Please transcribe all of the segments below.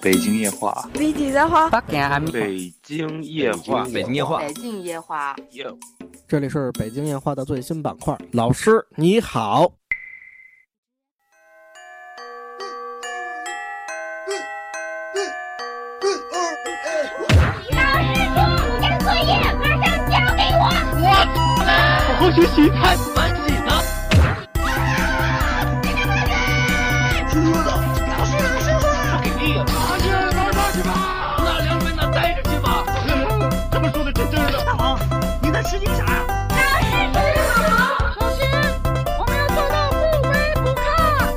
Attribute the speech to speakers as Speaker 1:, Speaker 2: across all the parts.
Speaker 1: 北京夜话，
Speaker 2: 北京夜话，
Speaker 3: 北京
Speaker 1: 北京夜话，
Speaker 4: 北京夜话，
Speaker 2: 北京夜话。
Speaker 4: 这里是北京夜话的最新板块。老师你好，
Speaker 5: 老师说你的作业马上交给我。
Speaker 6: 好好学习，太烦你了。
Speaker 5: 听说了，老师老师说，
Speaker 6: 给力啊！拿去，拿拿去吧。那凉水那待着去吧。他们说的真真的。大王，你在吃惊啥呀？
Speaker 5: 老师真好。老师，我们要做到不卑不亢。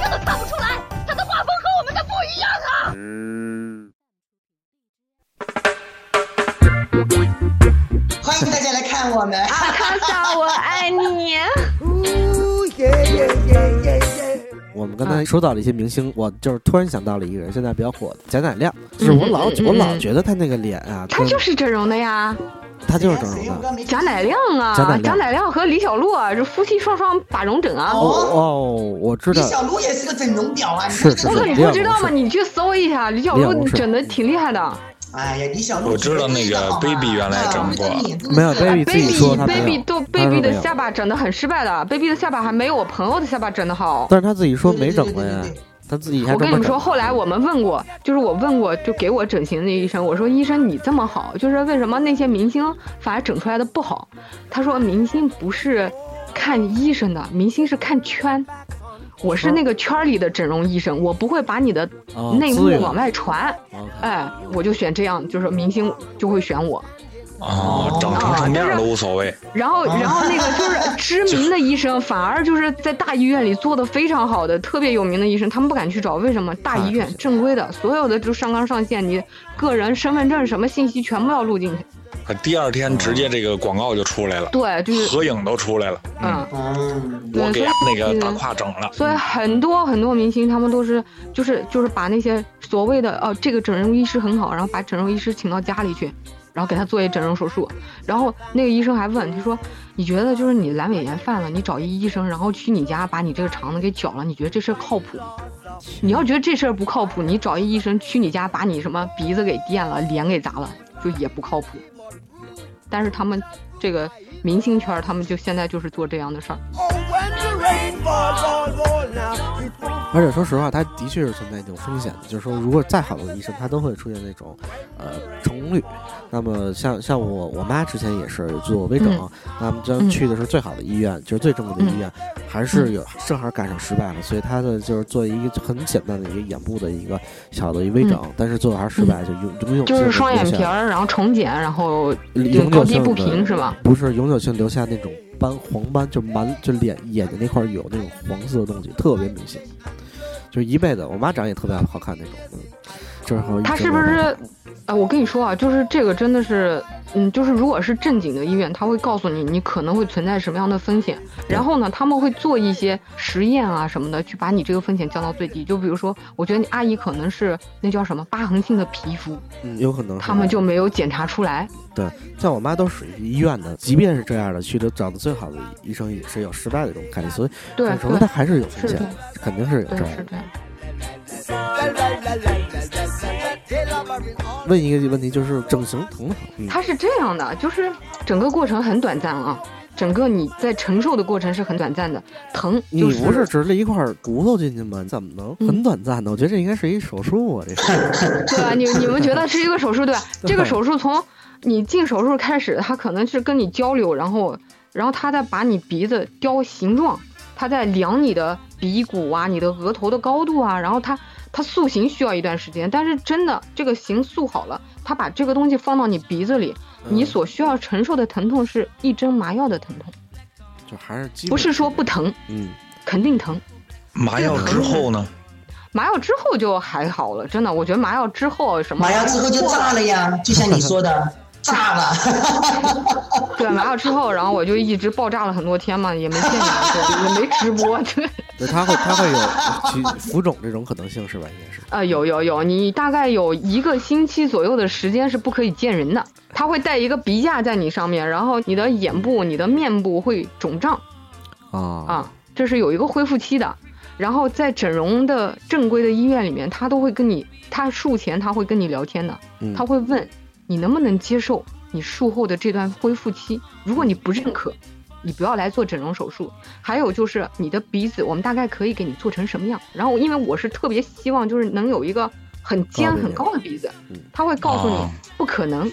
Speaker 5: 真的看不出来，他的画风和我们的不一样啊。
Speaker 1: 嗯，
Speaker 7: 欢迎大家来看我们。
Speaker 2: 阿卡莎，我
Speaker 8: 哎
Speaker 2: 爱你。
Speaker 4: 我们刚才说到了一些明星，我就是突然想到了一个人，现在比较火的贾乃亮，就是我老我老觉得他那个脸啊，
Speaker 8: 他
Speaker 4: 跟
Speaker 8: 就是整容的呀，
Speaker 4: 他
Speaker 8: 啊
Speaker 4: 就是整
Speaker 7: 谁
Speaker 4: 容
Speaker 7: 我
Speaker 4: 的。
Speaker 7: 刚没
Speaker 8: 贾乃亮啊，
Speaker 4: 贾乃亮
Speaker 8: 贾乃亮和李小璐啊，这夫妻双双把容整啊。
Speaker 4: 哦哦，我知
Speaker 7: 李
Speaker 4: 道，
Speaker 7: 小璐也是个整容婊啊！你
Speaker 4: 是
Speaker 7: 看
Speaker 4: 是
Speaker 7: 这
Speaker 8: 我
Speaker 4: 是
Speaker 8: 可你不知道吗？你去搜一下，李小
Speaker 4: 李小
Speaker 8: 璐
Speaker 4: 璐是
Speaker 8: 整的挺厉害的。
Speaker 7: 哎呀，李小璐
Speaker 1: 我知道那
Speaker 7: 啊
Speaker 1: 个 Baby 原来整过
Speaker 4: 没有 Baby 自己
Speaker 8: baby
Speaker 4: 说他没有
Speaker 8: baby 都
Speaker 4: 他说
Speaker 8: baby
Speaker 4: 没
Speaker 8: 的
Speaker 4: 有
Speaker 8: 下巴整的很失败的，baby 的下巴还没有我朋友的下巴整的好。
Speaker 4: 但是他自己说没整过呀
Speaker 7: 对对对对对，
Speaker 4: 他自己还
Speaker 8: 我
Speaker 4: 这
Speaker 8: 跟
Speaker 4: 么
Speaker 8: 你们
Speaker 4: 整
Speaker 8: 说，。后来我们问过，就是我问过，就给我整形的医生，我说医生你这么好，就是为什么那些明星反而整出来的不好？他说明星不是看医生的，明星是看圈。我是那个圈儿里的整容医生，我不会把你的
Speaker 4: 哦
Speaker 8: 内幕
Speaker 4: 资源
Speaker 8: 往外传。
Speaker 4: 哦
Speaker 8: 哎，我就选这样，就是明星就会选我。
Speaker 1: 哦，长成什么样都无所谓，
Speaker 8: 然后，
Speaker 1: 啊
Speaker 8: 然后那个就是 知名的医生，反而就是在大医院里做的非常好的、特别有名的医生，他们不敢去找，为什
Speaker 1: 啊
Speaker 8: 么？大医院正规的，所有的都上纲上线，你个人身份证什么信息全部要录进去。
Speaker 1: 可第二天直接这个广告就出来了，
Speaker 8: 对，就是
Speaker 1: 合影都出来了。
Speaker 8: 嗯，
Speaker 7: 嗯，
Speaker 8: 对
Speaker 1: 我给
Speaker 8: 所以
Speaker 1: 那个
Speaker 8: 嗯
Speaker 1: 大胯整了，
Speaker 8: 所以很多很多明星他们都是就是就是把那些所谓的哦这个整容医师很好，然后把整容医师请到家里去，然后给他做一整容手术，然后那个医生还问他说你觉得就是你阑尾炎犯了，你找一医生，然后去你家把你这个肠子给绞了，你觉得这事儿靠谱？你要觉得这事儿不靠谱，你找一医生去你家把你什么鼻子给垫了，脸给砸了，就也不靠谱。但是他们这个明星圈儿，他们就现在就是做这样的事儿。
Speaker 4: 而且说实话，他的确是存在一种风险的，就是说，如果再好的医生，他都会出现那种呃重容率。那么像像我我妈之前也是做微整，
Speaker 8: 嗯
Speaker 4: 那么就
Speaker 8: 嗯
Speaker 4: 去的是最好的医院，就是最正规的医院，还是有正好赶上失败了，所以她的就是做一个很简单的一个眼部的一个小的一微整，但是做的还是失败，就永永久
Speaker 8: 嗯就
Speaker 4: 性
Speaker 8: 是
Speaker 4: 地
Speaker 8: 双眼
Speaker 4: 留下
Speaker 8: 皮儿，然后重睑，然后
Speaker 4: 呃永久
Speaker 8: 高低
Speaker 4: 性
Speaker 8: 不
Speaker 4: 的
Speaker 8: 平是吧？
Speaker 4: 不是永久性留下那种斑黄斑，就满就脸眼睛那块儿有那种黄色的东西，特别明显，就是一辈子。我妈长得也特别好看那种，嗯，就是好像
Speaker 8: 他
Speaker 4: 一直
Speaker 8: 是不
Speaker 4: 没有
Speaker 8: 是？啊，我跟你说啊，就是这个真的是，嗯，就是如果是正经的医院，他会告诉你你可能会存在什么样的风险，
Speaker 4: 对
Speaker 8: 然后呢，他们会做一些实验啊什么的，去把你这个风险降到最低。就比如说，我觉得你阿姨可能是那叫什么疤痕性的皮肤，
Speaker 4: 嗯有可能是
Speaker 8: 他们就没有检查出来。
Speaker 4: 像我妈都属于医院的，即便是这样的，去的找的最好的医生也是有失败的这种概率，所以
Speaker 8: 对
Speaker 4: 怎么说
Speaker 8: 对
Speaker 4: 她还是有风
Speaker 8: 是
Speaker 4: 险
Speaker 8: 的，
Speaker 4: 肯定是有
Speaker 8: 对
Speaker 4: 这样
Speaker 8: 是
Speaker 4: 的。
Speaker 8: 这样。
Speaker 4: 问一个问题就是整形疼吗？嗯，
Speaker 8: 它是这样的，就是整个过程很短暂啊，整个你在承受的过程是很短暂的，疼
Speaker 4: 你
Speaker 8: 就是嗯
Speaker 4: 不是植了一块骨头进去吗？怎么能很短暂呢？我觉得这应该是一手术啊，这是。
Speaker 8: 对吧？你你们觉得是一个手术对吧？
Speaker 4: 对
Speaker 8: 这个手术从你进手术开始，他可能是跟你交流，然后然后他再把你鼻子雕形状，他在量你的鼻骨啊、你的额头的高度啊，然后他他塑形需要一段时间，但是真的这个形塑好了，他把这个东西放到你鼻子里，你
Speaker 4: 嗯
Speaker 8: 所需要承受的疼痛是一针麻药的疼痛，
Speaker 4: 就还是基本
Speaker 8: 不是说不疼，
Speaker 4: 嗯。
Speaker 8: 肯定疼。
Speaker 1: 麻药之后呢？
Speaker 8: 麻药之后就还好了，真的，我觉得麻药之后什么
Speaker 7: 麻药之后就炸了呀，就像你说 的，炸了。
Speaker 8: 对，麻药之后，然后我就一直爆炸了很多天嘛，也没见你们，对也没直播，对，
Speaker 4: 对，它会它会 有其浮肿这种可能性是吧？应该是。
Speaker 8: 啊、有有有，你大概有一个星期左右的时间是不可以见人的，他会带一个鼻架在你上面，然后你的眼部、你的面部会肿胀
Speaker 4: 啊
Speaker 8: 啊，这是有一个恢复期的。然后在整容的正规的医院里面，他都会跟你，他术前他会跟你聊天的，
Speaker 4: 嗯
Speaker 8: 他会问你能不能接受你术后的这段恢复期，如果你不认可，你不要来做整容手术。还有就是你的鼻子，我们大概可以给你做成什么样？然后因为我是特别希望就是能有一个很尖
Speaker 4: 高的
Speaker 8: 很高的鼻子
Speaker 4: 嗯，
Speaker 8: 他会告诉你
Speaker 1: 哦
Speaker 8: 不可能。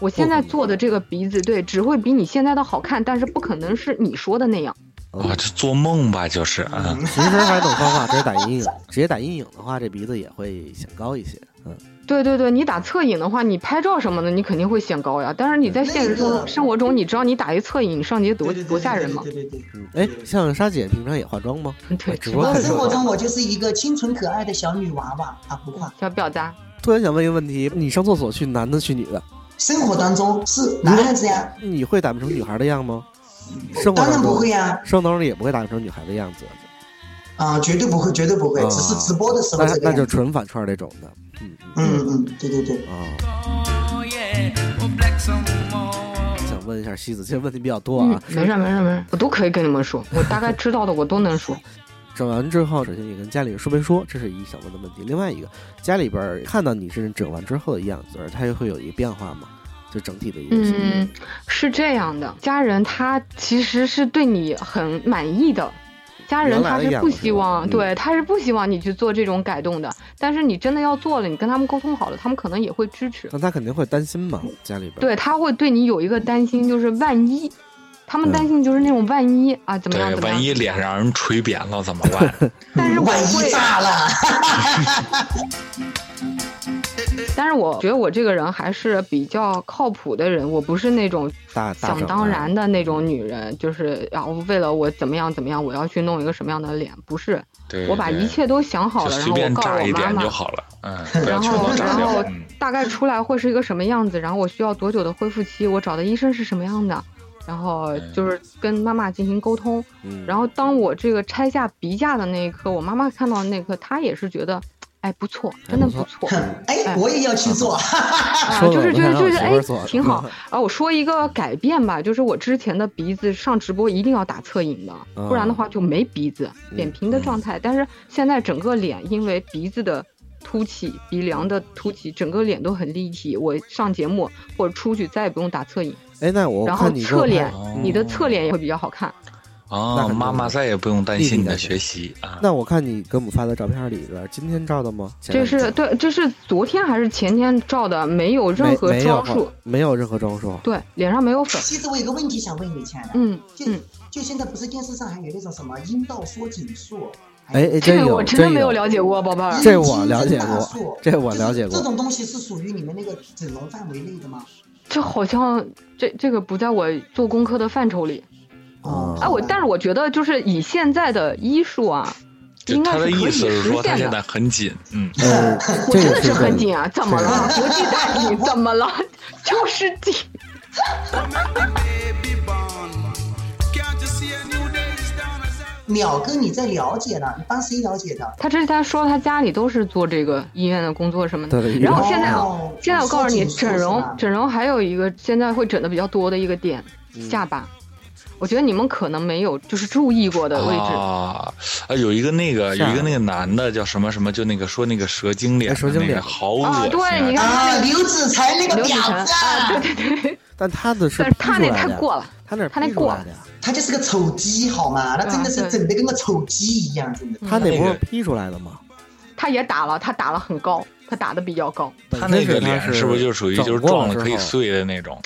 Speaker 8: 我现在做的这个鼻子，对，只会比你现在的好看，但是不可能是你说的那样。
Speaker 1: 啊，这做梦吧，就是啊，
Speaker 4: 其实还有一种方法，直接打阴影。直接打阴影的话，这鼻子也会显高一些。嗯，
Speaker 8: 对对对，你打侧影的话，你拍照什么的，你肯定会显高呀。但是你在现实
Speaker 7: 那
Speaker 8: 中
Speaker 7: 个
Speaker 8: 生活中，你知道你打一侧影，你上街多
Speaker 7: 对对对
Speaker 8: 多吓人吗？
Speaker 7: 对对对对对。
Speaker 4: 嗯哎，像莎姐平常也化妆吗？
Speaker 8: 嗯对，
Speaker 4: 直
Speaker 8: 只
Speaker 4: 播
Speaker 8: 不过
Speaker 7: 我
Speaker 4: 很
Speaker 8: 是
Speaker 7: 生活
Speaker 4: 多
Speaker 7: 中我就是一个清纯可爱的小女娃娃啊，不怕。
Speaker 8: 想表达，
Speaker 4: 突然想问一个问题：你上厕所去男的去女的？
Speaker 7: 生活当中是男孩子呀，
Speaker 4: 你会打扮成女孩的样吗？生活
Speaker 7: 当然
Speaker 4: 当中
Speaker 7: 不会啊呀，
Speaker 4: 生活当中也不会打扮成女孩的样子。啊
Speaker 7: 啊，绝对不会，绝对不会，
Speaker 4: 嗯
Speaker 7: 只是直播的时候
Speaker 4: 那
Speaker 7: 这
Speaker 4: 那
Speaker 7: 个
Speaker 4: 就
Speaker 7: 样子。
Speaker 4: 纯反串那种的。嗯
Speaker 7: 嗯嗯，对对对，
Speaker 4: 嗯啊。想问一下西子，这问题比较多
Speaker 8: 嗯
Speaker 4: 啊。，
Speaker 8: 没事没事没事，我都可以跟你们说，我大概知道的我都能说。
Speaker 4: 整完之后，首先也跟家里人说没说，这是一想问的问题。另外一个，家里边儿看到你是整完之后的样子，而它又会有一个变化嘛？就整体的一个形象
Speaker 8: 嗯，是这样的，家人他其实是对你很满意的，家人
Speaker 4: 原来
Speaker 8: 他
Speaker 4: 的
Speaker 8: 是
Speaker 4: 样
Speaker 8: 不
Speaker 4: 子
Speaker 8: 希
Speaker 4: 是吧
Speaker 8: 望，
Speaker 4: 嗯
Speaker 8: 对，他是不希望你去做这种改动的。但是你真的要做了，你跟他们沟通好了，他们可能也会支持。
Speaker 4: 那他肯定会担心嘛，家里边。
Speaker 8: 对，他会对你有一个担心，就是万一，他们
Speaker 4: 嗯
Speaker 8: 担心就是那种万一、啊，怎么样
Speaker 1: 对，
Speaker 8: 怎么样。
Speaker 1: 万一脸让人锤扁了怎么 办？
Speaker 8: 但是我
Speaker 7: 万
Speaker 8: 会
Speaker 7: 一炸 了，
Speaker 8: 但是我觉得我这个人还是比较靠谱的人，我不是那种
Speaker 4: 大大
Speaker 8: 想
Speaker 4: 整
Speaker 8: 当
Speaker 4: 啊
Speaker 8: 然的那种女人，就是然后为了我怎么样怎么样，我要去弄一个什么样的脸，不是，
Speaker 1: 对，
Speaker 8: 我把
Speaker 1: 对
Speaker 8: 一切都想好
Speaker 1: 就
Speaker 8: 了，然
Speaker 1: 随
Speaker 8: 后我
Speaker 1: 便
Speaker 8: 告诉
Speaker 1: 炸
Speaker 8: 我
Speaker 1: 一
Speaker 8: 妈
Speaker 1: 点
Speaker 8: 妈
Speaker 1: 就，好了，嗯，不要
Speaker 8: 然
Speaker 1: 全都
Speaker 8: 后
Speaker 1: 炸
Speaker 8: 然
Speaker 1: 掉
Speaker 8: 后，
Speaker 1: 嗯
Speaker 8: 大概出来会是一个什么样子，然后我需要多久的恢复期，我找的医生是什么样的，然后
Speaker 1: 嗯
Speaker 8: 就是跟妈妈进行沟通。
Speaker 4: 嗯，
Speaker 8: 然后当我这个拆下鼻架的那一刻，我妈妈看到那一刻，她也是觉得，哎，不错，真的
Speaker 4: 不
Speaker 8: 不错。
Speaker 7: 哎，我也要去做，
Speaker 8: 啊，
Speaker 4: 说
Speaker 8: 就
Speaker 4: 的
Speaker 8: 是
Speaker 4: 我
Speaker 8: 觉得
Speaker 4: 想让
Speaker 8: 就
Speaker 4: 我
Speaker 8: 是
Speaker 4: 媳
Speaker 8: 哎
Speaker 4: 妇儿做，
Speaker 8: 挺好。啊，我说一个改变吧，就是我之前的鼻子上直播一定要打侧影
Speaker 4: 啊
Speaker 8: 的，不然的话就没鼻子，
Speaker 4: 嗯
Speaker 8: 扁平的状态。但是现在整个脸因为鼻子的凸起、鼻梁的凸起，整个脸都很立体。我上节目或者出去再也不用打侧影，
Speaker 4: 哎，那我
Speaker 8: 然后
Speaker 4: 看你给哦我嗯
Speaker 8: 侧脸
Speaker 4: 拍，
Speaker 8: 你的侧脸也会比较好看。
Speaker 4: 那
Speaker 1: 啊，
Speaker 4: 很
Speaker 1: 妈
Speaker 4: 重要
Speaker 1: 妈再也不用担
Speaker 4: 弟弟
Speaker 1: 心你的
Speaker 4: 担心
Speaker 1: 学习啊。
Speaker 4: 那我看你给我们发的照片里边，今天照的吗？前
Speaker 8: 这
Speaker 4: 两天
Speaker 8: 是对，这是昨天还是前天照的，没有任
Speaker 4: 没
Speaker 8: 何
Speaker 4: 没有
Speaker 8: 装束，
Speaker 4: 没有任何装束。
Speaker 8: 对，脸上没有 粉。
Speaker 7: 其实我有个问题想问你，亲爱的，
Speaker 8: 嗯
Speaker 7: 就
Speaker 8: 嗯，
Speaker 7: 就现在不是电视上还有那种什么阴道缩紧术，
Speaker 4: 哎哎，
Speaker 8: 这
Speaker 4: 真
Speaker 8: 个
Speaker 4: 有，
Speaker 8: 我真的没有
Speaker 4: 有。
Speaker 8: 了解过，宝贝儿。
Speaker 4: 哎这我了解过，这我
Speaker 7: 就是
Speaker 4: 了解
Speaker 7: 这
Speaker 4: 过。
Speaker 7: 种东西是属于你们那个整容范围内的吗？
Speaker 8: 这好像这这个不在我做功课的范畴里。
Speaker 7: 哦
Speaker 4: 嗯，
Speaker 8: 哎、我但是我觉得就是以现在的医术啊，
Speaker 1: 就
Speaker 8: 应该
Speaker 1: 他
Speaker 8: 是可
Speaker 1: 的意
Speaker 8: 以
Speaker 1: 思
Speaker 8: 实
Speaker 1: 是说，他
Speaker 8: 现
Speaker 1: 现
Speaker 8: 的。
Speaker 1: 在很紧， 嗯，
Speaker 4: 呃，
Speaker 8: 我
Speaker 4: 这
Speaker 8: 真
Speaker 4: 个
Speaker 8: 的是很
Speaker 4: 对
Speaker 8: 紧啊，怎么了？国际大题怎么了？ 就是紧。
Speaker 7: 鸟哥，你在了解了，你帮谁了解的？
Speaker 8: 他之前说他家里都是做这个医院的工作什么的。
Speaker 4: 对对
Speaker 8: 然后现在啊
Speaker 7: 哦
Speaker 8: 现在我告诉你，
Speaker 7: 缩紧术
Speaker 8: 整容
Speaker 7: 是吧
Speaker 8: 整容还有一个现在会整的比较多的一个点，
Speaker 1: 嗯
Speaker 4: 嗯
Speaker 8: 下巴。我觉得你们可能没有就是注意过的位置。
Speaker 1: 啊，啊，有一个那个
Speaker 4: 下
Speaker 1: 有一个那个男的叫什么什么，就那个说那个蛇精脸
Speaker 4: 哎
Speaker 1: 的那
Speaker 4: 蛇
Speaker 1: 个，
Speaker 4: 精脸
Speaker 1: 好恶
Speaker 8: 啊，
Speaker 1: 心
Speaker 8: 对，你
Speaker 1: 啊！
Speaker 8: 看他
Speaker 7: 啊，
Speaker 8: 这
Speaker 7: 刘子才那
Speaker 8: 个
Speaker 7: 个
Speaker 8: 刘子
Speaker 7: 婊
Speaker 8: 成
Speaker 7: 子，
Speaker 8: 啊， 对对对。
Speaker 4: 但他的是
Speaker 8: 但是他
Speaker 4: 逼
Speaker 8: 那
Speaker 4: 出来
Speaker 8: 太
Speaker 4: 的呀
Speaker 8: 过了，
Speaker 4: 他那是
Speaker 8: 他那
Speaker 4: 逼出
Speaker 8: 过
Speaker 4: 来
Speaker 8: 了
Speaker 4: 的呀，
Speaker 7: 他就是个丑鸡，好
Speaker 8: 啊
Speaker 7: 吗？那真的是整的跟个丑鸡一样，真的。
Speaker 4: 他那不是
Speaker 1: 那个
Speaker 4: 逼出来的吗？
Speaker 8: 他也打了，他打了很高，他打的比较高。
Speaker 1: 他那个脸
Speaker 4: 是
Speaker 1: 不是就属于
Speaker 4: 整
Speaker 1: 就是
Speaker 4: 过
Speaker 1: 撞
Speaker 4: 了
Speaker 1: 了
Speaker 4: 之
Speaker 1: 可以
Speaker 4: 后
Speaker 1: 碎的那种？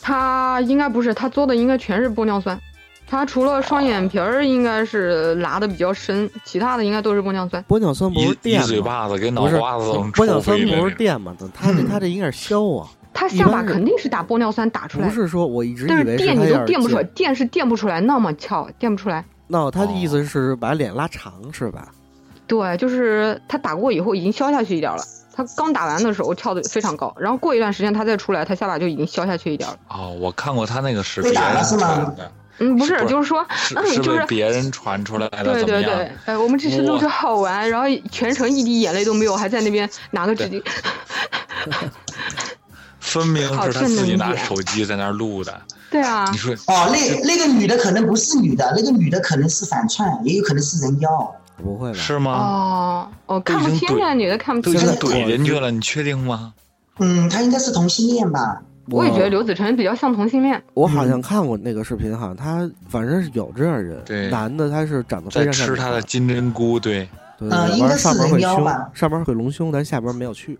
Speaker 8: 他应该不是，他做的应该全是玻尿酸，他除了双眼皮儿应该是拉的比较深，其他的应该都是玻尿酸。
Speaker 4: 玻尿酸不是
Speaker 1: 一一
Speaker 4: 电
Speaker 1: 嘴
Speaker 4: 吗？
Speaker 1: 巴子给脑
Speaker 4: 不是
Speaker 1: 瓜子都能
Speaker 4: 玻
Speaker 1: 抽
Speaker 4: 尿酸
Speaker 1: 飞的那
Speaker 4: 不
Speaker 1: 种
Speaker 4: 是电吗？他
Speaker 8: 嗯
Speaker 4: 这他这应该是削啊，
Speaker 8: 他
Speaker 4: 一
Speaker 8: 下巴
Speaker 4: 般是
Speaker 8: 肯定是打玻尿酸打出来
Speaker 4: 不
Speaker 8: 的，
Speaker 4: 是说我一直
Speaker 8: 但
Speaker 4: 以
Speaker 8: 是
Speaker 4: 为
Speaker 8: 垫
Speaker 4: 他
Speaker 8: 你
Speaker 4: 要
Speaker 8: 都
Speaker 4: 是
Speaker 8: 垫不出来，
Speaker 4: 进。
Speaker 8: 垫是垫不出来，那么翘垫不出来。
Speaker 4: 那他的
Speaker 1: 哦
Speaker 4: 意思是把脸拉长是吧？
Speaker 8: 对，就是他打过以后已经消下去一点儿了。他刚打完的时候翘的非常高，然后过一段时间他再出来，他下巴就已经消下去一点儿了。
Speaker 1: 哦，我看过他那个视
Speaker 7: 被
Speaker 1: 频
Speaker 7: 打了是吗
Speaker 1: 传的，
Speaker 8: 嗯， 不是，
Speaker 1: 是不是
Speaker 8: 就是说，
Speaker 1: 是
Speaker 8: 嗯，
Speaker 1: 是
Speaker 8: 就是
Speaker 1: 被别人传出来的，
Speaker 8: 对
Speaker 1: 怎么
Speaker 8: 对
Speaker 1: 样？
Speaker 8: 对，哎，我们这次录制好玩，然后全程一滴眼泪都没有，还在那边拿个纸巾。
Speaker 1: 分明
Speaker 8: 好
Speaker 1: 是他
Speaker 8: 正
Speaker 1: 自己
Speaker 8: 能
Speaker 1: 拿
Speaker 8: 点
Speaker 1: 手机在那儿录的。
Speaker 8: 对啊，
Speaker 1: 你说
Speaker 7: 哦，那那个女的可能不是女的，那个女的可能是反串，也有可能是人妖。
Speaker 4: 不会吧？
Speaker 1: 是吗？
Speaker 8: 哦，我看
Speaker 1: 啊已
Speaker 8: 不
Speaker 1: 经
Speaker 8: 清
Speaker 1: 怼
Speaker 8: 那女的，看不
Speaker 1: 都
Speaker 8: 清
Speaker 1: 已经
Speaker 8: 那
Speaker 7: 现在
Speaker 8: 女的。
Speaker 1: 怼进去了，你确定吗？
Speaker 7: 嗯，他应该是同性恋吧？
Speaker 8: 我也觉得
Speaker 4: 我
Speaker 8: 刘子晨比较像同性恋。
Speaker 4: 我
Speaker 1: 嗯
Speaker 4: 好像看过那个视频，好像他反正是有这样人，
Speaker 1: 对
Speaker 4: 男的他是长得非
Speaker 1: 在
Speaker 4: 常像
Speaker 1: 吃
Speaker 4: 女
Speaker 1: 他的金针菇，对，
Speaker 4: 对，
Speaker 7: 呃
Speaker 4: 对
Speaker 7: 应
Speaker 4: 完
Speaker 7: 该
Speaker 4: 上
Speaker 7: 是
Speaker 4: 面会
Speaker 7: 人妖
Speaker 4: 胸
Speaker 7: 吧，
Speaker 4: 上面会隆胸，但下边没有去。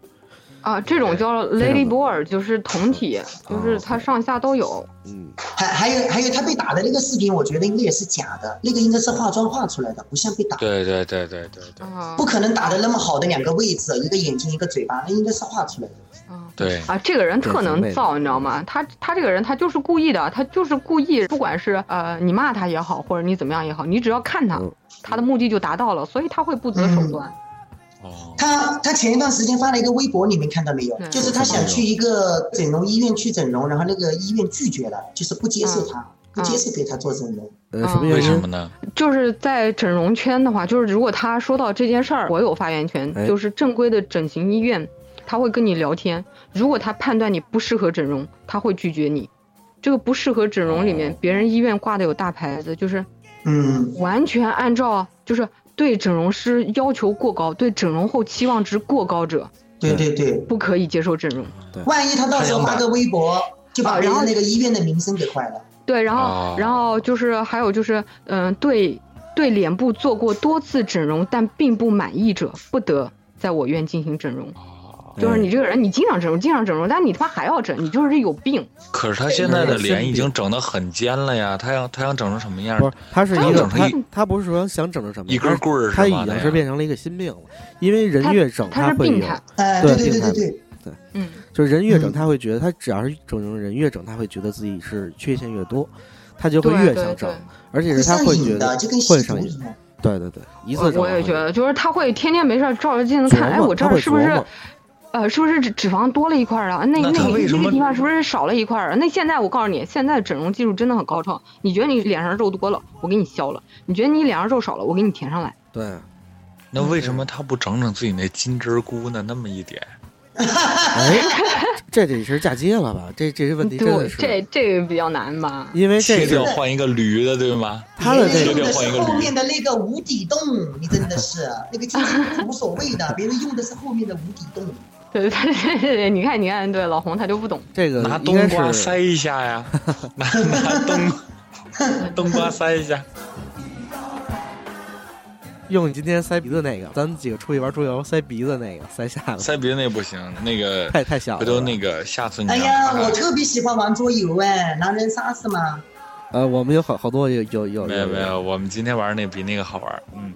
Speaker 8: 啊，这种叫
Speaker 4: 非常
Speaker 8: Lady
Speaker 4: 的
Speaker 8: Boy，就是同体，就是它上下都有。
Speaker 4: 嗯，
Speaker 7: 还还有还有，他被打的那个视频，我觉得应该也是假的，那个应该是化妆化出来的，不像被打，
Speaker 1: 对对对对对对
Speaker 8: 啊
Speaker 7: 不可能打的那么好的两个位置，一个眼睛一个嘴巴，那应该是画出来的。
Speaker 8: 啊
Speaker 1: 对，
Speaker 8: 啊！这个人
Speaker 4: 对
Speaker 8: 特
Speaker 4: 很美
Speaker 8: 能
Speaker 4: 的
Speaker 8: 造，你知道吗？他他这个人他就是故意的，他就是故意，不管是呃你骂他也好，或者你怎么样也好，你只要看他
Speaker 4: 嗯，
Speaker 8: 他的目的就达到了，所以他会不择手段。
Speaker 1: 哦，
Speaker 7: 他他前一段时间发了一个微博，你们看到没有
Speaker 8: 嗯？
Speaker 7: 就是他想去一个整容医院去整容，然后那个医院拒绝了，就是不接受他，不接受给他做整容。
Speaker 4: 呃，什么
Speaker 8: 嗯
Speaker 4: 原
Speaker 1: 为什
Speaker 4: 因
Speaker 1: 么？呢？
Speaker 8: 就是在整容圈的话，就是如果他说到这件事儿，我有发言权
Speaker 4: 哎，
Speaker 8: 就是正规的整形医院，他会跟你聊天。如果他判断你不适合整容，他会拒绝你。这个不适合整容里面
Speaker 1: 哦，
Speaker 8: 别人医院挂的有大牌子，就是
Speaker 7: 嗯，
Speaker 8: 完全按照就是对整容师要求过高，对整容后期望值过高者
Speaker 7: 对对对，
Speaker 8: 不可以接受整容。
Speaker 7: 万一他到时候发个微博，就把人
Speaker 8: 啊然
Speaker 7: 家
Speaker 8: 后
Speaker 7: 那个医院的名声给坏了。
Speaker 8: 对，然后、
Speaker 1: 哦
Speaker 8: 然后就是还有就是，嗯、对对脸部做过多次整容但并不满意者，不得在我院进行整容。
Speaker 1: 嗯
Speaker 4: 嗯
Speaker 8: 就是你这个人，你经常整容，经常整容，但你他妈还要整，你就是有病。
Speaker 1: 可是他现在的脸已经整得很尖了呀，他要他想整成什么样
Speaker 4: 不？是，他是一
Speaker 1: 他
Speaker 4: 个
Speaker 1: 整成
Speaker 4: 他
Speaker 1: 一
Speaker 4: 他不是说想整成什么，
Speaker 1: 一根
Speaker 4: 他
Speaker 1: 棍儿
Speaker 4: 他
Speaker 1: 是
Speaker 4: 已
Speaker 1: 吗？
Speaker 4: 经
Speaker 1: 那
Speaker 4: 是
Speaker 1: 样
Speaker 4: 变成了一个心病了，因为人
Speaker 8: 他
Speaker 4: 越整
Speaker 8: 他是
Speaker 4: 会
Speaker 8: 病
Speaker 4: 有，
Speaker 8: 态，
Speaker 7: 哎，
Speaker 4: 对
Speaker 7: 对对
Speaker 4: 病态
Speaker 7: 对对，
Speaker 8: 嗯，
Speaker 4: 就是人越整
Speaker 7: 嗯
Speaker 4: 他会觉得他只要是整容人越整他会觉得自己是缺陷越多，他就会
Speaker 8: 对
Speaker 4: 越
Speaker 8: 对
Speaker 4: 想整
Speaker 8: 对，
Speaker 4: 而且
Speaker 7: 会
Speaker 4: 是他
Speaker 7: 上
Speaker 4: 会觉
Speaker 7: 瘾
Speaker 4: 得
Speaker 7: 的，就跟
Speaker 4: 会
Speaker 7: 吸毒
Speaker 4: 上瘾
Speaker 7: 一，样。
Speaker 4: 对对对，一次
Speaker 8: 我
Speaker 4: 整
Speaker 8: 我也
Speaker 4: 容
Speaker 8: 觉得，就是他会天天没事儿照着镜子
Speaker 4: 琢
Speaker 8: 看，哎，
Speaker 4: 磨
Speaker 8: 我这
Speaker 4: 他
Speaker 8: 儿
Speaker 4: 会
Speaker 8: 是不
Speaker 4: 琢
Speaker 8: 是
Speaker 4: 磨
Speaker 8: 呃，是不是脂脂肪多了一块儿啊？那
Speaker 1: 那
Speaker 8: 那
Speaker 1: 他
Speaker 8: 个
Speaker 1: 为什
Speaker 8: 那
Speaker 1: 么
Speaker 8: 个地方是不是少了一块儿啊？那现在我告诉你，现在整容技术真的很高超。你觉得你脸上肉多了，我给你削了；你觉得你脸上肉少了，我给你填上来。
Speaker 4: 对，
Speaker 1: 那为
Speaker 4: 嗯
Speaker 1: 什么他不整整自己那金针菇呢？那么一点，
Speaker 4: 哎，这这得是嫁接了吧？这这些问题真的
Speaker 8: 对，
Speaker 4: 是，
Speaker 8: 这这个比较难吧？
Speaker 4: 因为这
Speaker 1: 切掉
Speaker 4: 是
Speaker 1: 换一个驴的，对吗？
Speaker 4: 他的这
Speaker 7: 别人
Speaker 4: 个
Speaker 7: 用的
Speaker 1: 换一
Speaker 7: 是
Speaker 1: 个
Speaker 7: 后
Speaker 1: 驴
Speaker 7: 面的那个无底洞，你真的是那个金针菇无所谓的，别人用的是后面的无底洞。
Speaker 8: 对对对对对，你看你看，对老红他就不懂。
Speaker 4: 这个
Speaker 1: 拿
Speaker 4: 呃应
Speaker 1: 冬
Speaker 4: 该
Speaker 1: 瓜
Speaker 4: 是
Speaker 1: 塞一 下呀，拿拿冬冬瓜塞一 下。
Speaker 4: 用你今天塞鼻子那个，咱们几个出去玩桌游塞鼻子那个塞下了，
Speaker 1: 塞别的那不行，那个
Speaker 4: 太太小了。
Speaker 1: 回头那个下啊次你
Speaker 7: 哎
Speaker 1: 让
Speaker 7: 呀，
Speaker 1: 他
Speaker 7: 我特别喜欢玩桌游哎，狼人杀是吗？
Speaker 4: 呃，我们有好好多有有有
Speaker 1: 没有没有，，我们今天玩那比那个好玩。嗯，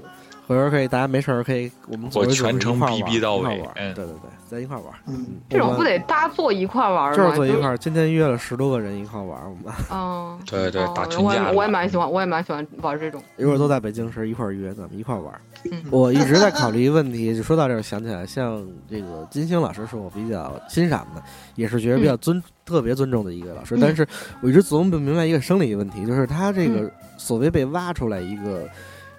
Speaker 4: 回头可以大家没事儿可以我们
Speaker 1: 我
Speaker 4: 组织组织
Speaker 1: 全程
Speaker 4: 一块儿玩
Speaker 1: BB 到
Speaker 4: 一块儿
Speaker 1: 尾
Speaker 4: 玩
Speaker 1: 嗯
Speaker 4: 对对对，咱一块儿玩。
Speaker 7: 嗯，
Speaker 8: 这种
Speaker 4: 我
Speaker 8: 不得大家坐一块儿玩儿吗？
Speaker 4: 就是坐一
Speaker 8: 就
Speaker 4: 块儿，今天约了十多个人一块儿玩儿，我们
Speaker 8: 嗯，
Speaker 1: 对对，
Speaker 8: 哦
Speaker 1: 打群
Speaker 8: 我也
Speaker 1: 架了，
Speaker 8: 我也蛮喜欢，我也蛮喜欢玩这种。
Speaker 4: 一会儿都在北京时一块儿约，咱们一块儿玩儿
Speaker 8: 嗯。
Speaker 4: 我一直在考虑一个问题，就说到这儿想起来，像这个金星老师是我比较欣赏的，也是觉得比较尊、特别尊重的一个老师，
Speaker 8: 嗯
Speaker 4: 但是我一直琢磨不明白一个生理问题，就是他这个所谓被挖出来一个。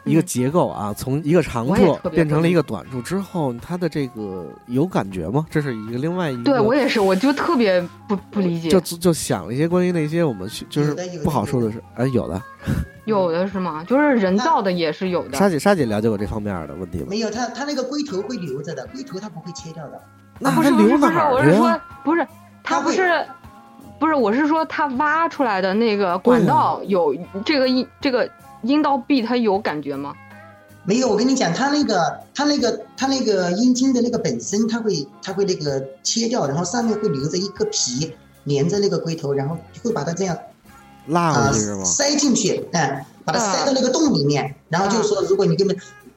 Speaker 4: 一个
Speaker 8: 嗯
Speaker 4: 结构啊，从一个长
Speaker 8: 我也
Speaker 4: 处
Speaker 8: 特别
Speaker 4: 变成
Speaker 8: 不
Speaker 4: 了一
Speaker 8: 理
Speaker 4: 个短处之后，他的这个有感觉吗？这是一个另外一个
Speaker 8: 对我也是，我就特别不不理解
Speaker 4: 嗯就，就想了一些关于那些我们去就
Speaker 7: 有的
Speaker 4: 是
Speaker 7: 有的
Speaker 4: 不好说的事，哎，有的
Speaker 8: 有的是吗？就是人造的也是有的。
Speaker 4: 沙姐沙姐了解过这方面的问题吗？
Speaker 7: 没有，他他那个龟头会留着的，龟头他不会切掉的。
Speaker 4: 啊那
Speaker 8: 不
Speaker 4: 还
Speaker 8: 是不是
Speaker 4: 留
Speaker 8: 不
Speaker 4: 哪
Speaker 8: 是，我
Speaker 4: 儿
Speaker 8: 是
Speaker 4: 去
Speaker 8: 说
Speaker 4: 啊？
Speaker 8: 不是，他
Speaker 7: 它
Speaker 8: 不
Speaker 7: 会
Speaker 8: 是，不是，我是说他挖出来的那个管
Speaker 4: 对啊
Speaker 8: 道有这个阴这个阴道壁，它有感觉吗？
Speaker 7: 没有，我跟你讲，他那个他那个他那个阴茎的那个本身，他会他会那个切掉，然后上面会留着一个皮连着那个龟头，然后会把它这样
Speaker 4: 拉
Speaker 7: 啊、
Speaker 4: 过去是吗？
Speaker 7: 塞进去，嗯，把它
Speaker 8: 啊
Speaker 7: 塞到那个洞里面，然后
Speaker 4: 啊
Speaker 7: 就是说，如果你根本。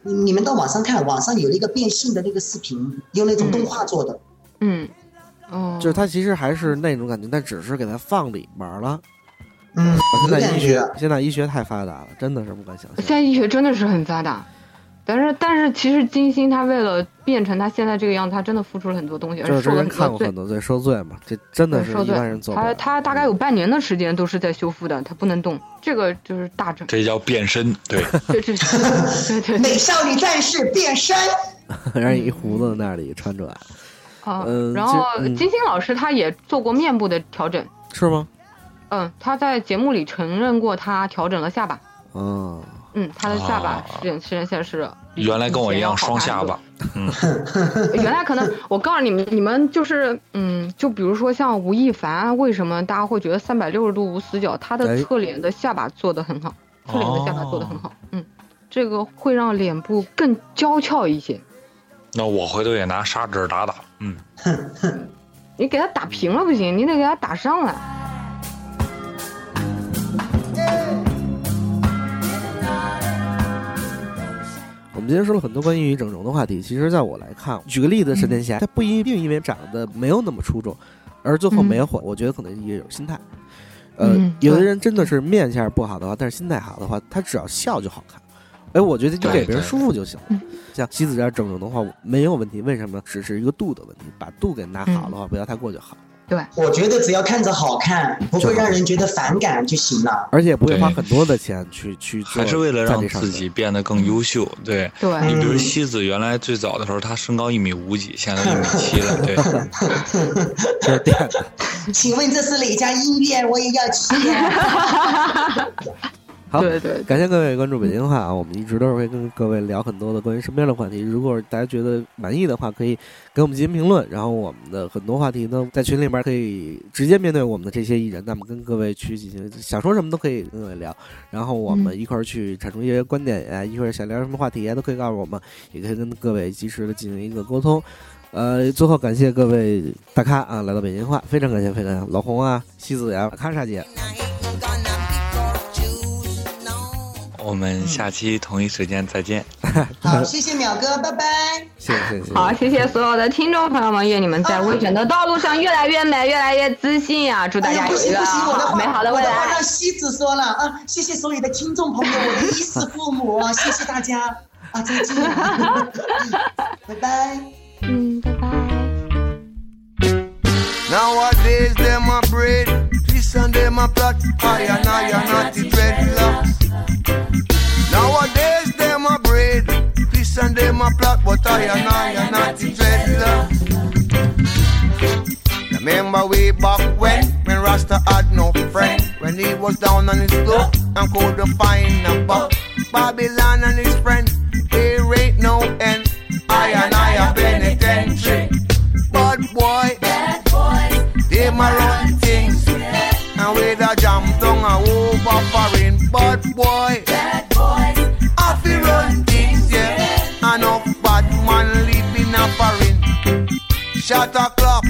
Speaker 7: 你你们到网上看，网上有那个变性的那个视频，用那种动画做的，
Speaker 8: 嗯，哦，
Speaker 4: 就是它其实还是那种感觉，但只是给它放里面了。
Speaker 7: 嗯，
Speaker 4: 现在医
Speaker 7: 有
Speaker 4: 学
Speaker 7: 感
Speaker 4: 现在医学太发达了，真的是不敢想
Speaker 8: 现
Speaker 4: 象。
Speaker 8: 在医学真的是很发达。但是，但是，其实金星他为了变成他现在这个样子，他真的付出了很多东西，而
Speaker 4: 就
Speaker 8: 且
Speaker 4: 是之
Speaker 8: 受了
Speaker 4: 前
Speaker 8: 很
Speaker 4: 看
Speaker 8: 多
Speaker 4: 过
Speaker 8: 罪
Speaker 4: 很。多罪，受罪嘛，这真的
Speaker 8: 对
Speaker 4: 是
Speaker 8: 受
Speaker 4: 一
Speaker 8: 罪
Speaker 4: 般人做不
Speaker 8: 他
Speaker 4: 了。
Speaker 8: 他大概有半年的时间都是在修复的，他不能动，这个就是大整
Speaker 1: 这叫变身， 对，
Speaker 8: 这这 对对对
Speaker 7: 美少女战士变身，
Speaker 8: 嗯
Speaker 4: 让人一胡子那里穿出来，
Speaker 8: 啊
Speaker 4: 嗯。
Speaker 8: 然后
Speaker 4: 这嗯
Speaker 8: 金星老师他也做过面部的调整，
Speaker 4: 是吗？
Speaker 8: 嗯，他在节目里承认过他调整了下巴，
Speaker 4: 嗯，
Speaker 8: 嗯，他的下巴
Speaker 1: 啊
Speaker 8: 是是现是
Speaker 1: 原来跟我一样
Speaker 8: 以前要
Speaker 1: 双
Speaker 8: 好看
Speaker 1: 下巴，嗯，
Speaker 8: 原来可能，我告诉你们，你们就是，嗯，就比如说像吴亦凡，为什么大家会觉得三百六十度无死角？他
Speaker 4: 哎
Speaker 8: 的侧脸的下巴做的很好，侧脸的下巴做的很好，嗯，这个会让脸部更娇俏一些。
Speaker 1: 那我回头也拿砂纸打打，嗯，
Speaker 8: 你给他打平了不行，你得给他打上来。
Speaker 4: 我们今天说了很多关于整容的话题，其实在我来看，举个例子，沈殿霞，她不一定因为长得没有那么出众，而最后没火，我觉得可能也有心态。呃，
Speaker 8: 嗯
Speaker 4: 有的
Speaker 8: 对
Speaker 4: 人真的是面相不好的话，但是心态好的话，他只要笑就好看。哎，我觉得就
Speaker 1: 对
Speaker 4: 给别人
Speaker 1: 对
Speaker 4: 舒服就行了
Speaker 8: 嗯。
Speaker 4: 像西子这样整容的话，我没有问题。为什么？只是一个度的问题，把度给拿好的话，不要太过就好，
Speaker 7: 我觉得只要看着好看，不会让人觉得反感就行 了。
Speaker 4: 而且不会
Speaker 1: 对
Speaker 4: 花很多的钱去去做
Speaker 1: 还是为了
Speaker 4: 赞
Speaker 1: 让
Speaker 4: 美上
Speaker 1: 自
Speaker 4: 去
Speaker 1: 己变得更优秀，对。
Speaker 8: 对，
Speaker 1: 你比如
Speaker 7: 嗯
Speaker 1: 西子原来最早的时候，她身高一米五几，现在一米七了，对，
Speaker 4: 这是第二个。
Speaker 7: 请问这是哪家医院？我也要去。啊
Speaker 4: 好
Speaker 8: 对对
Speaker 4: 感谢各位关注北京话啊！我们一直都是会跟各位聊很多的关于身边的话题。如果大家觉得满意的话，可以给我们进行评论。然后我们的很多话题呢，在群里面可以直接面对我们的这些艺人，那么跟各位去进行想说什么都可以跟各位聊。然后我们一块儿去产出一些观点呀，一会儿想聊什么话题呀，都可以告诉我们，也可以跟各位及时的进行一个沟通。呃，最后感谢各位大咖啊，来到北京话，非常感谢，非常感谢老红啊、西子呀、咔嚓姐，
Speaker 1: 我们下期同一时间再见。
Speaker 7: 好，谢谢淼哥，拜拜。
Speaker 4: 谢谢谢谢。
Speaker 8: 好，谢谢所有的听众朋友们，愿你们在微整的道路上越来越美，越来越自信啊！祝大
Speaker 7: 哎
Speaker 8: 家
Speaker 7: 呀不
Speaker 8: 有一
Speaker 7: 行
Speaker 8: 个
Speaker 7: 不行，我的
Speaker 8: 好
Speaker 7: 话
Speaker 8: 美好的
Speaker 7: 我
Speaker 8: 未
Speaker 7: 的话
Speaker 8: 来。
Speaker 7: 让西子说了啊！谢谢所有的听众朋友，我的衣食父母，谢谢大家啊！再 见，拜拜。
Speaker 8: 嗯，拜拜。
Speaker 3: Nowadays, them a braid. Listen, them a plot. I and I are not the dreadlocks. Nowadays, them a braid. Listen, them a plot. But I and I are not the dreadlocks. Remember way back when, when Rasta had no friend. When he was down on his luck and couldn't find a buck. Babylon and his friend, there ain't no end. I and I are penitentiary. Bad boy, they my run things. And with a jam tongue a over foreign bad boy. Bad boys. I feel run things, yeah. And a bad man living a foreign. Shot a clock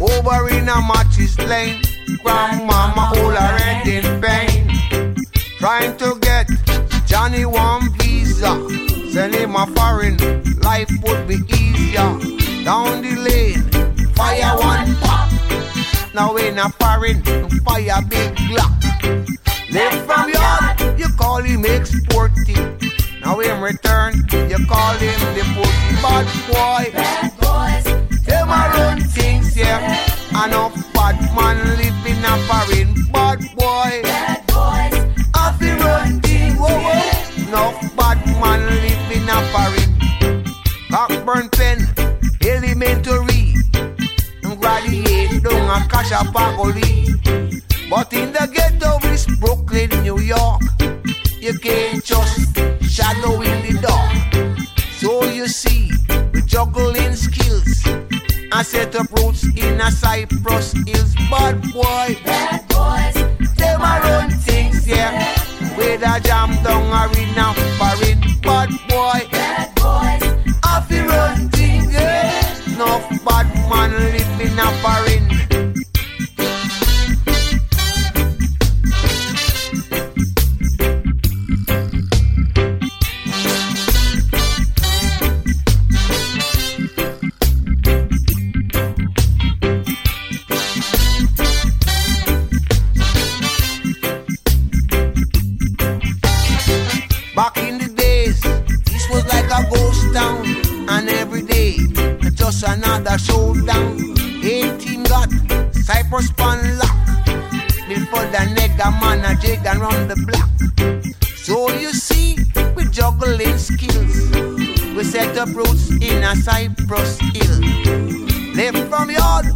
Speaker 3: over in a matches lane. Grandmama all a red in pain. Trying to get Johnny one visa. Send him a foreign, life would be easier. Down the lane, fire one pop. Now in a foreign, fire big glock. Live from yard, you call him exporting. Now in return, you call him the booty bad boy. Bad boys, them a run things, yeah. And a bad man living a foreign bad boy. Bad boys, I feel run things, oh, whoa, whoa. Now bad man living a foreign. Cockburn pen, elementary and graduate down a cash a pagoli. But in the ghetto is Brooklyn, New York. You can't just shadow in the dark. So you see, we juggling skills. I set up roots in a Cypress Hills. Bad boy, bad boys, them a run things, yeah. With a jam down or in a foreign. Bad boy, bad boys, I feel run things, yeah. No bad man living a foreign. Back in the days, this was like a ghost town, and every day just another showdown. 18 got Cypress pan lock before the nigga man a jig and run the block. So you see, we juggling skills. We set up roots in a Cypress hill. Live from yard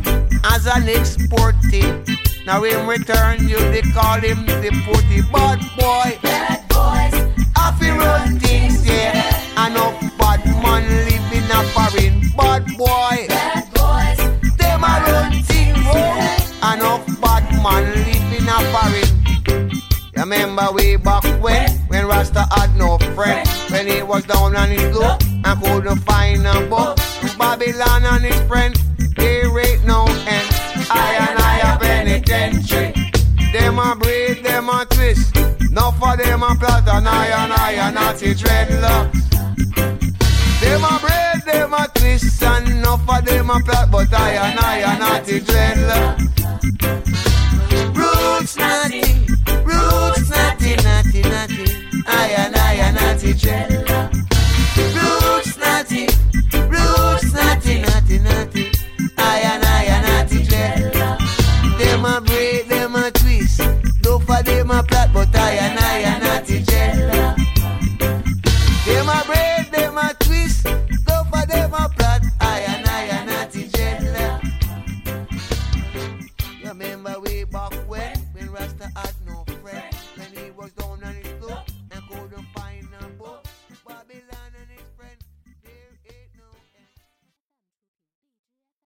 Speaker 3: as an exporting. Now in return, you they call him the putty bad boy. Bad boys. I feel run things, yeah. And up down on his luck and couldn't find a book. Babylon and his friend, they rate no end. I and I a penitentiary. Them a braid, them a twist. Now for them a plot, and I and I a naughty dreadlock. Them a braid, them a twist, and enough for them a plot, but I and I a naughty dreadlock.